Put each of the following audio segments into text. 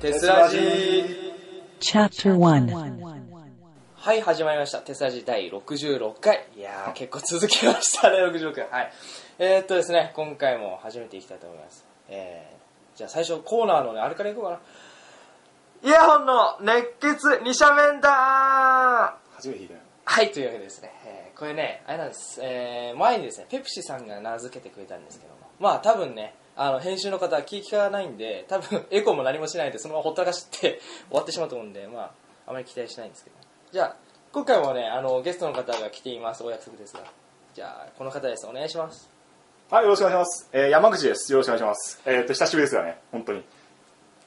テスラジー Chapter 1. はい、始まりました。テスラジー第66回。いやー、結構続きましたね、66回。はい。えー、っとですね、今回も始めていきたいと思います。えー、じゃあ最初コーナーのね、あれからいこうかな。イヤホンの熱血二者面談初めて聞いたよはい、というわけでですね、えーこれね、あれなんです、えー前にですね、ペプシさんが名付けてくれたんですけども、まあ多分ね、あの、編集の方は気聞かないんで、多分 エコーも何もしないで、そのままほったらかして終わってしまうと思うんで、まあ、あまり期待しないんですけど。じゃあ、今回もね、あの、ゲストの方が来ています、お約束ですが。じゃあ、この方です、お願いします。はい、よろしくお願いします。えー、山口です。よろしくお願いします。えー、っと、久しぶりですよね、本当に。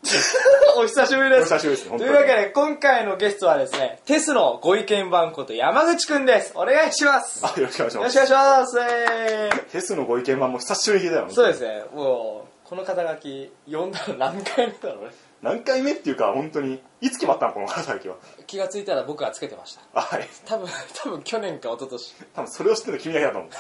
お久しぶりおで久しぶりです、と本当いに。うわけで、今回のゲストはですね、テスのご意見番こと山口くんです。お願いします。よあ、よろしくお願いしろましす。くお願いします。えーフェスのご意見版も久しぶりに聞いたよ。。そうですすね、もう、この肩書き、読んだの何回目だろうね。何回目っていうか、本当に、いつ決まったの、この方最近は。気がついたら僕はつけてました。あはい。多分、 多分去年か一昨年。多分それを知ってるの君だけだ と思う。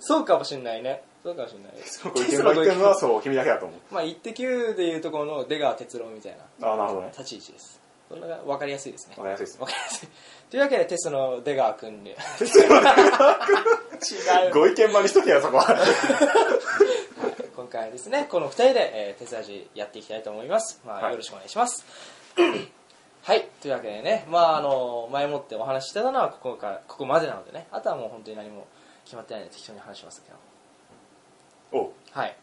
そうかもしんないね。 そうかもしんない。そのご意見版言ってるのは、そう、君だけだと思う。まあ、イッテ Q でいうところの出川哲郎みたいなあ、なるほどね。立ち位置です。そんな分かりやすいですね。わ分かりやすいです。かりやすい。 というわけで、テスの出川くん で。 違う。ご意見版にしとけよ、そ こは。今回はですね、この二人で、えー、テスラジやっていきたいと思います。まあ、はいよろしくお願いします。 はい、というわけでね、まあ、あの、前もってお話ししてたのは、ここから、ここまでなのでね、あとはもう本当に何も決まってないので適当に話しますけど。おうはい。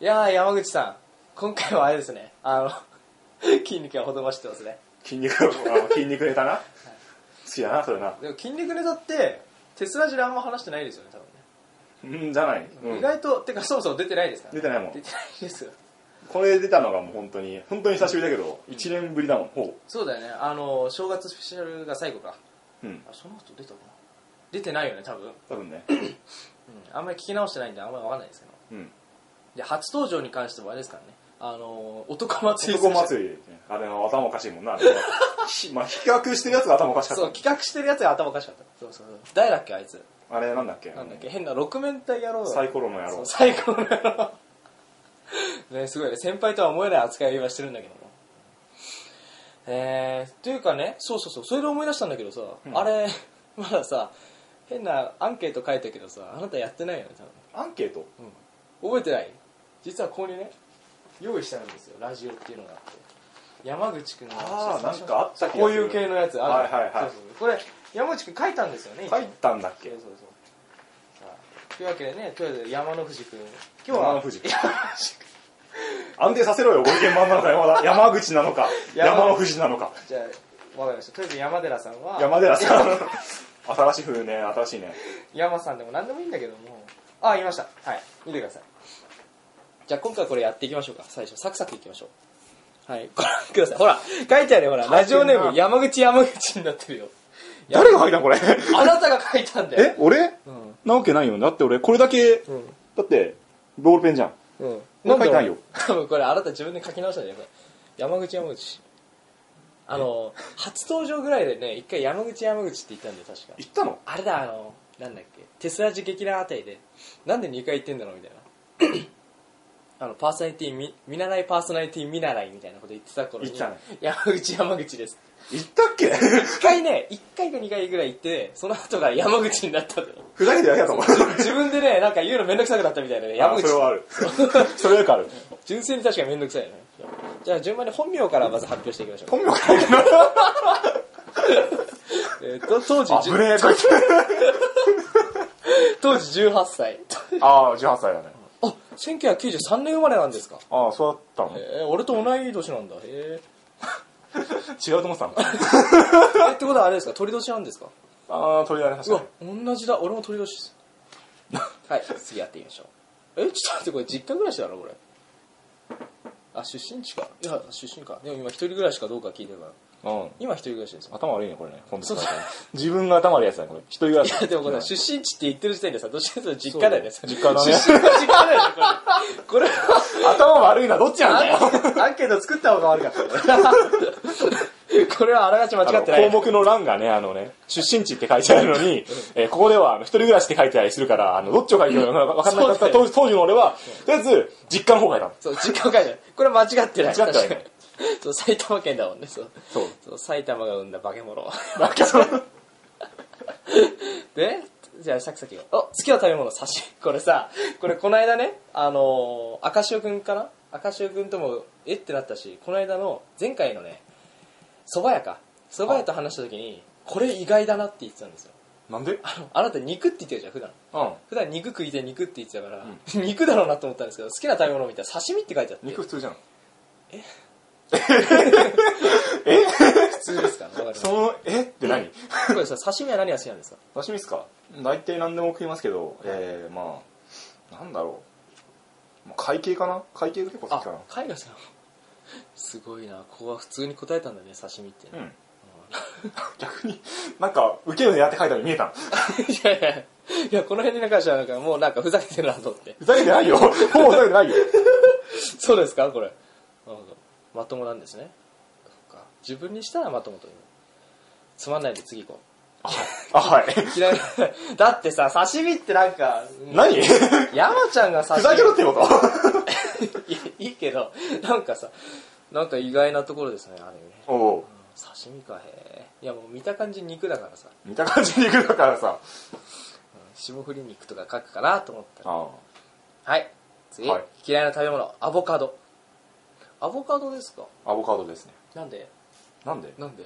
いやー、山口さん、今回はあれですね、あの、 筋肉がほとばしってますね。筋肉、あの筋肉ネタな。好きだな、それな。でも筋肉ネタって、テスラジであんま話してないですよね、多分ね。うん、じゃない。う意ん。外と、てかそもそも出てないですから、出てないもん出てないですよ。これ出たのがもう本当に、本当に久しぶりだけど、1年ぶりだもん、ほそうだよね、あの、正月スペシャルが最後か。う。うん。あその後出たかな出てないよね多分、うん、多分ね。あんまり聞き直してないんであんまりわかんないですけどうん。で初登場に関してはあれですからねあのー男祭り男祭りでねあれは頭おかしいもんなあれはひまあ比較してるやつが頭おかしかそうっ企画してるやつが頭おかしかったそうそうそう誰だっけあいつたあれなんだっけなんだっけ変な六面体野郎サイコロの野そう郎サイコロの野郎 ねすごいね先輩とは思えない扱いを今してるんだけどもえー、というかねそうそうそうそれで思い出したんだけどさ、んあれ まださ変なアンケート書いたけどさあなたやってないよね多分アンケート覚えてない実はここにね用意してあるんですよラジオっていうのがあって山口くんのあーなんかあった気がするこういう系のやつあるはいはいはいそうそうこれ山口くん書いたんですよね一応書いたんだっそうけそうそうさあというわけでねとりあえず山の藤くん今日山のは 富士安定させろよご意見番なのか山田山口なのか山山の富士なのかじゃあわかりましたとりあえず山寺さんは山寺さん新しい風ね新しいね山さんでも何でもいいんだけどもあ言いましたはい見てくださいじゃあ今回これやっていきましょうか最初サクサクいきましょうはいご覧くださいほら書いてあるよほらラジオネーム山口山口になってるよ誰が書いたのこれあなたが書いたんだよえ俺うんなわけないよだって俺これだけうんだってボールペンじゃんうん俺書いてないよ多分これあなた自分で書き直したんだよこれ山口山口あの初登場ぐらいでね一回山口山口って言ったんだよ確か言ったのあれだあのなんだっけテスラジ劇団あたりでなんで2回言ってんだろうみたいな あのパーソナリティ見見習いパーソナリティ見習いみたいなこと言ってた頃に言って山口山口です言ったっけ1回ね1回か2回ぐらい言ってその後が山口になったんだよふざけてるだけだ と思う自分でねなんか言うのめんどくさくなったみたいなね山あ口それはある それはよくある純粋に確かにめんどくさいよねじゃあ順番に本名からまず発表していきましょう本名書いてないえーと当時あ、じぶゅねえ、こいつ。当時18歳ああ、18歳だね。あ1993年生まれなんですかああ、そうだったの。えー、俺と同い年なんだへえ違うと思ってたの。えってことはあれですか鳥年なんです かああ、取り上げましうわた。同じだ俺も鳥年です はい次やってみましょうえちょっと待ってこれ実家暮らしだろこれあ出身地かいや出身かでも今一人暮らしかどうか聞いてるからうん。今一人暮らしですよ頭悪いね、これね。本当に。自分が頭悪いやつだね、これ。一人暮らしだ。でもこれ出身地って言ってる時点でさどっちかというと実家だよねそう実家だね出身が実家だよねこれこれは頭悪いな、どっちなんだよ。アンケート作った方が悪かったねこれはあらがち間あ違のってない項目の欄がね、あのね、出身地って書いてあるのに、えーここでは、あの、一人暮らしって書いてたりするから、あの、どっちを書いてるのか分かんなかったそうだよ当時当時の俺は、とりあえず、実家の方がいたの。そう実家を書いてないこれ間違ってない間違ってないね確かそう埼玉県だもんねそうそう。そう埼玉が生んだ化け物なんかそう でじゃあサクサキが「あ好きな食べ物刺し」これさこれこの間ねあのー赤潮くんかな赤潮くんともえってなったしこの間の前回のね蕎麦屋か蕎麦屋と話した時にこれ意外だなって言ってたんですよなんであのあなた肉って言ってるじゃん普段うん。普段肉食いて肉って言ってたから、肉だろうなと思ったんですけど好きな食べ物見たら刺身って書いてあって肉普通じゃん。普通ですからわかり ますその、えって何これさ刺身は何が好きなんですか刺身っすか大体何でも食いますけど、えー、まあ、なんだろう。まあ、会計かな会計が結構好きかあ海外さん すごいなここは普通に答えたんだね刺身ってな。うね、ん。 逆に、なんか、受けるのやって書いたのに見えたの。 いやいやいやこの辺に関してはなんかもうなんかふざけてるなと思って ふざけてないよ。もうふざけてないよ。そうですかこれなるほどまともなんですねそっか自分にしたらまともというつまんないで次行こあ、はい。う嫌いな だってさ刺身ってなんかうん何ふ山ちゃんが刺身ざけろってこといや いいけどなんかさなんか意外なところですねあれねおお刺身かへえいやもう見た感じ肉だからさ見た感じに行くだからさ。霜降り肉とか書くかなと思ったらあはい次、はい嫌いな食べ物アボカドアボカドですかあ。アボカドですね。なんでなんでなんで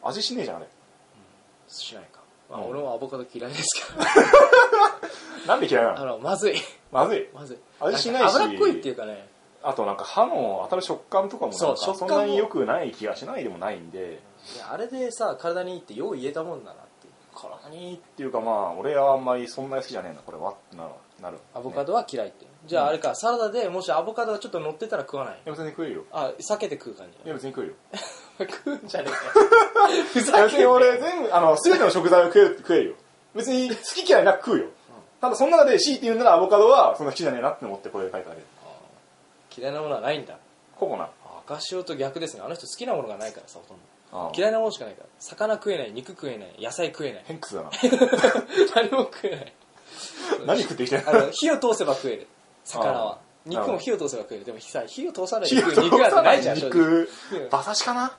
味しねえじゃん、あれ。しないか、まあ、うん俺もアボカド嫌いですけど なんで嫌いなあののまずいまずい。まずい味しないんしか脂っこいっていうかねあとなんか歯の当たる食感とかもなんかそう食そ感んもなに良くない気がしないでもないんでいやあれでさ体にいいってよう言えたもんだなっていう体にいいっていうかまあ俺はあんまりそんなに好きじゃねえなこれはってなるなるアボカド、ドは嫌いって、じゃああれかサラダでもしアボカドがちょっと乗ってたら食わないいや別に食えるよあ避けて食う感じいや別に食えるよ食うんじゃねえかふいやざ別けんにな俺全部あの全ての食材を食える食えるよ別に好き嫌いなく食うよただその中で C って言うならアボカドはそんな好きじゃねえなって思ってこれで書いただけ嫌いなものはないんだココナ赤潮と逆ですねあの人好きなものがないからさほとんどああ嫌いなものしかないから魚食えない肉食えない野菜食え ないヘンクスだな何も食えない何食ってきてんあの火を通せば食える魚はあー肉も火を通せば食えるでもさ火を通さないで火を食う通肉なんてさなないいじゃん正直 肉馬刺しかな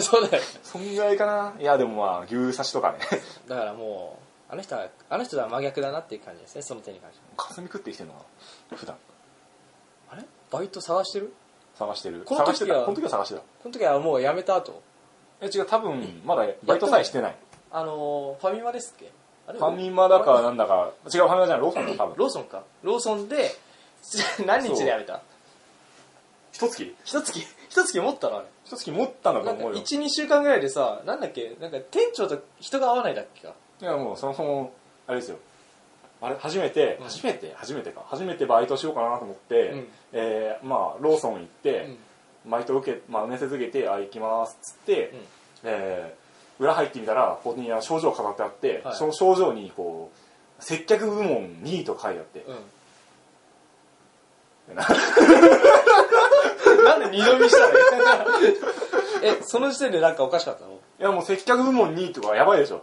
そうだよそんぐらいかないやでもまあ牛刺しとかね だからもうあの人はあの人とは真逆だなっていう感じですねその点に関してはカスミ食ってきてるのかな普段あれバイト探してる探してるこの時は探してたこの時は探してたこの時はもう辞めた後え違う多分まだバイトさえしてないあのーファミマですっけあれファミマだかなんだか違うファミマじゃないローソンだ多分ローソンかローソンで 何日で辞めた一月一月一月持ったのあれ一月持ったんだとなんか思うよ12週間ぐらいでさなんだっけなんか店長と人が合わないだっけかいやもうそもそもあれですよあれ初めて、うん初めて初めてか初めてバイトしようかなと思って、うんえーまあローソン行って、バイト受けまあ面接受けてあ行きますっつって、うんえー裏入ってみたらここにあの症状飾ってあって、はいその症状にこう接客部門2位と書いてあって、うん ななんで二度見したの えその時点でなんかおかしかったのいやもう接客部門2位とかやばいでしょ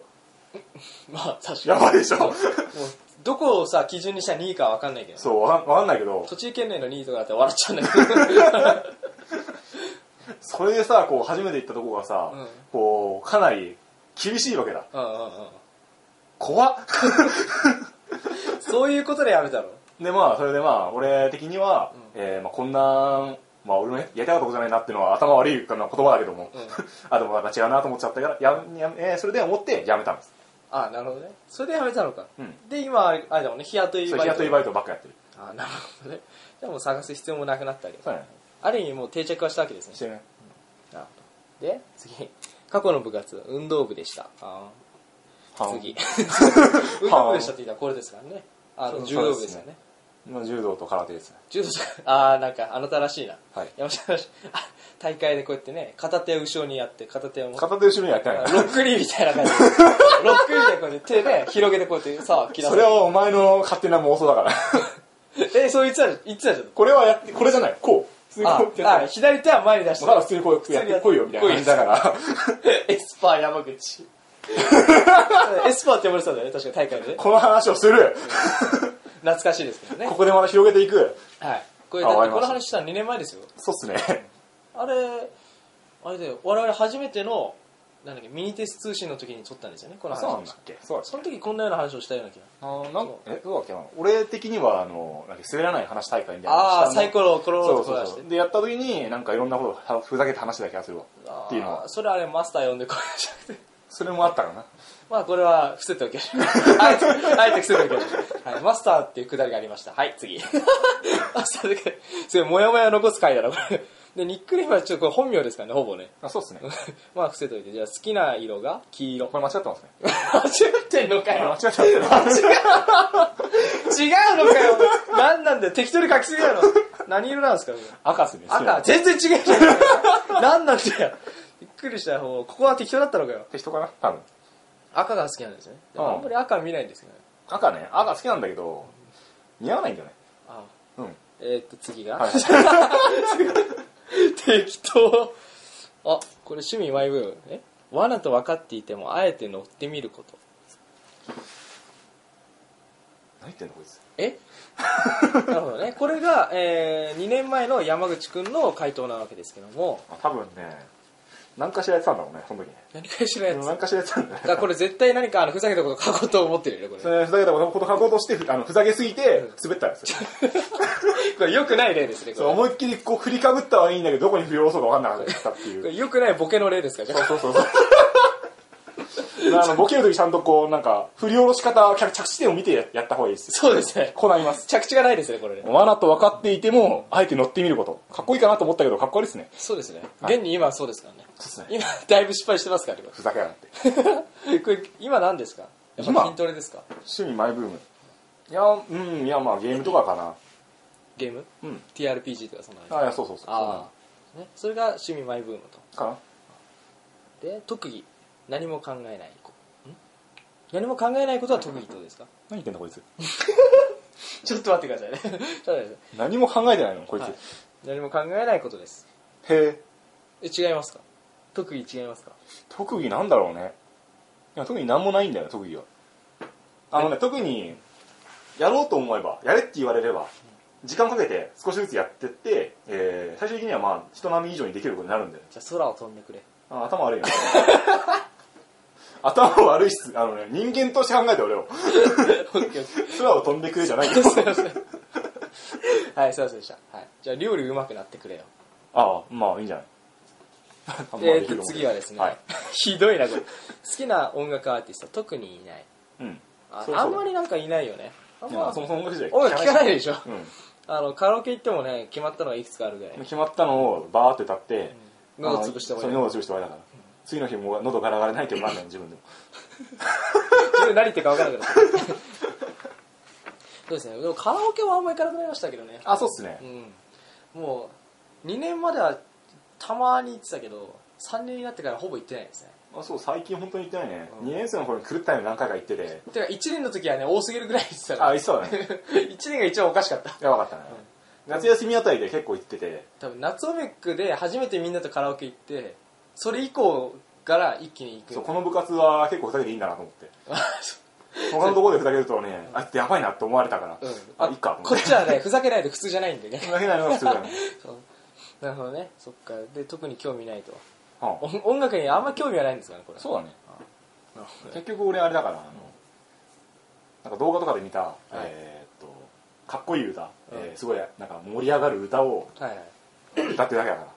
まあ確かにやばいでし ょもうどこをさ基準にしたら2位かは分かんないけどそうわかんわかんないけど栃木県内の2位とかだったら笑っちゃうんだけどそれでさこう初めて行ったとこがさ、うんこうかなり厳しいわけだ うんうんうん怖っそういうことでやめたのでまあそれでまあ俺的には、えーまあ、こんなまあ俺のやりたかったことじゃないなっていうのは頭悪いかな言葉だけども、うん あでもなんか違うなと思っちゃったからやや、えーそれで思ってやめたんですああなるほどねそれでやめたのか、うんで今あれあれだもんね日雇いそうバ日イ雇いトバイトばっかやってるああなるほどねじゃあもう探す必要もなくなったわけそうやねある意味もう定着はしたわけですねしてねなるほどで次過去の部活運動部でしたあー次 運動部でしたって言ったらこれですからねあそのう柔道部ですよねまあ柔道と空手ですね柔道じゃ ああーなんかあなたらしいな、はい山下らしいあ大会でこうやってね片手を後ろにやって片手を持って片手後ろにはやってないロからックリーみたいな 感じロックリーみたいな感じで手で広げてこうやってさあ切らそれはお前の勝手な妄想だからえそう言ってたじゃん言ってたじゃんこれはやってこれじゃないこう普通にあこうやってあ左手は前に出しだてから普通にこうやってこいよみたいな感じだから エスパー山口 エスパーって呼ばれてたんだよね確か大会でね この話をする懐かしいですけどねここでまた広げていくはいこれあだっわかてこりましのた話したの2年前ですよそうっすねあれあれだよ我々初めてのなんだっけミニテス通信の時に撮ったんですよねこの話そうなんをだっしてけそうだっけその時こんなような話をしたような気があのなんえどうだっけな俺的にはあのなんか滑らない話大会みたいなのをしたあのあサイコロをコロロとそうそ転うがしてそうでやった時になんかいろんなことをふざけて話してた気がするわっていうのあはーそれあれマスター呼んでこれじゃなくてそれもあったかなまあこれは伏せておきましょうあえてあえて伏せておきましょう、はい、マスターっていうくだりがありましたはい次マスターだけそれモヤモヤ残す回だろこれでニックネームはちょっとこれ本名ですからねほぼね あそう ですねまあ伏せといてじゃあ好きな色が黄色これ間違ってますね間 違ってんのか間違よってますね違うのかよ何なんだよ適当に書きすぎ だろ何色なんですかこれ 赤っすね赤全然違うじゃん何なんだよびっくりした方ここは適当だったのかよて人かな多分赤が好きなんですねでもうんあんまり赤は見ないんですけどね赤ね赤好きなんだけど似合わないんじゃないあうん えー、っと次が、は 適当あこれ趣味マイブームえ罠と分かっていてもあえて乗ってみること何言ってんのこいつ えなるほどねこれが、えー、2年前の山口くんの回答なわけですけどもあ多分ね何かしらやってたんだろうねその時ね何かしらやつだ何かしらやってたんだよねからこれ絶対何かあのふざけたこと書こうと思ってるよねこれそれふざけたこと書こうとしてふあのふざけすぎて滑ったんですよこれ良くない例ですねこそうれ思いっきりこう振りかぶったはいいんだけどどこに振り下ろそうか分かんなか ったっていこうれ良くないボケの例ですかじゃあそうそうそうそうまああのボケるときちゃんとこうなんか振り下ろし方着着地点を見てややった方がいいですそうですねこうなります着地がないですねこれね罠と分かっていてもあえて乗ってみることかっこいいかなと思ったけどかっこいいですねそうですねはい現に今はそうですからねそうですね今だいぶ失敗してますからねこふざけやがってれこれ今何ですかやっぱ今筋トレですか趣味マイブームいやうんいやまあゲームとかかなゲームうん TRPG とかそんなあいやそうそうそうああ、ね、それが趣味マイブームとそうなのかで特技何も考えないこん何も考えないことは特技ってことですかな何言ってんだこいつちょっと待ってください ねちょっと待ってください何も考えてないのこいつ、はい何も考えないことですへええ違いますか特技違いますか特技なんだろうねいや特に何もないんだよ特技はあのね特にやろうと思えばやれって言われれば時間かけて少しずつやってって、えー最終的にはまあ人並み以上にできることになるんだよねじゃあ空を飛んでく れあ頭悪 いな頭悪いっすあのね人間として考えて俺を空を飛んでくれじゃないよはいすいませんでした、はい、じゃあ料理うまくなってくれよああまあいいんじゃない頭悪 えいー、けどと次はですね、はい、 ひどいなこれ好きな音楽アーティスト特にいないうんあそうそうあんまりなんかいないよねあんいやまそもそも音楽時代音楽聞かない でしょうんあのカラオケ行ってもね決まったのがいくつかあるぐらい決まったのをバーって歌って、うん喉潰して終わりあのそう喉潰して終わりだから、次の日もう喉ガラガラにないと分かんない自分でも自分で何言ってる か分からなくなったそうですねでもカラオケはあんま行かなくなりましたけどねあそうっすねうんもう2年まではたまに行ってたけど3年になってからほぼ行ってないですねあそう最近本当に行ってないね、うん2年生の頃に狂ったように何回か行ってててか1年の時はね多すぎるぐらい行ってたからあ行ってたわね1年が 一番おかしかったやばかったね、夏休みあたりで結構行ってて多分夏オメックで初めてみんなとカラオケ行ってそれ以降から一気に行そうくこの部活は結構ふざけていいんだなと思 って他のところでふざけるとねあいつやばいなって思われたから、うんあいいかこっちはねふざけないと普通じゃないんでねふざけないのが普通だ ね、そうなるほどねそっかで特に興味ないとはあ音音楽にあんま興味はないんですかねこれそうだねなるほどね結局俺あれだからあのなんか動画とかで見た、えーっとかっこいい歌、えーすごいなんか盛り上がる歌をはいはい歌ってるだけだから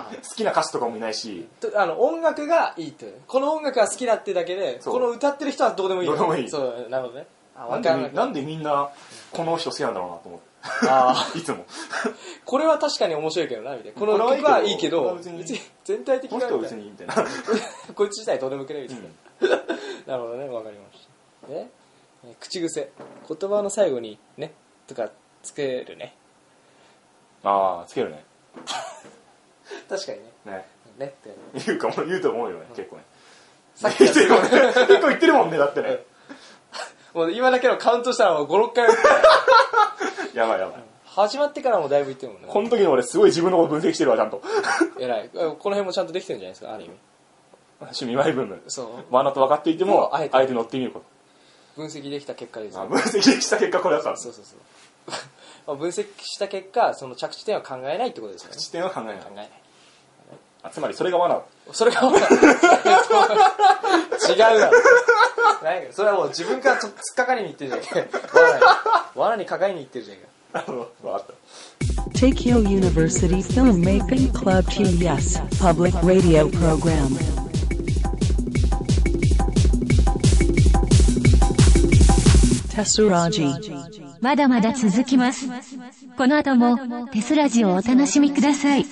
あ好きな歌詞とかもいないしとあの音楽がいいというこの音楽が好きだってだけでそうこの歌ってる人はどうでもいいよどうでもいいそうなるほどねあな分んかでんなみいなんでみんなこの人好きなんだろうなと思あ ってい つもーこれは確かに面白いけどなみたいなここれのはいいけど曲はいいけこれどは別に別に全体的こなの人はみたい別なにいいみたい なこいつ自体どうでもよくねみたいなうん、なるほどねわかりましたねえ口癖言葉の最後に「ね」とかつけるねああつけるね確かにねねねって言うかも言うと思うよね結構ねさっき言ってるかもんね 結構言ってるもんねだってねらもう今だけのカウントしたらもう56回打ってやばいやばい始まってからもだいぶいってるもんこねの時の俺すごい自分のこと分析してるわち ゃんと偉いこの辺もちゃんとできてるんじゃないですかある意味趣味マイブームそう罠と分かっていてももうあえてあえて乗ってみるこ分析できた結果ですとあよ分析した結果これだったんですそうそうそう まあ分析した結果その着地点は考えないってことですよね地点は考えない考えないあつまりそれが罠そ れがほら違うだろなんかそれはもう自分からと突っかかりに行って るじゃんけ罠に罠にかかりに行ってるじゃんけあの わかった Tokyo University Filmmaking Club TES Public Radio Program. Tesuraji. まだまだ続きます。この後もテスラジをお楽しみください。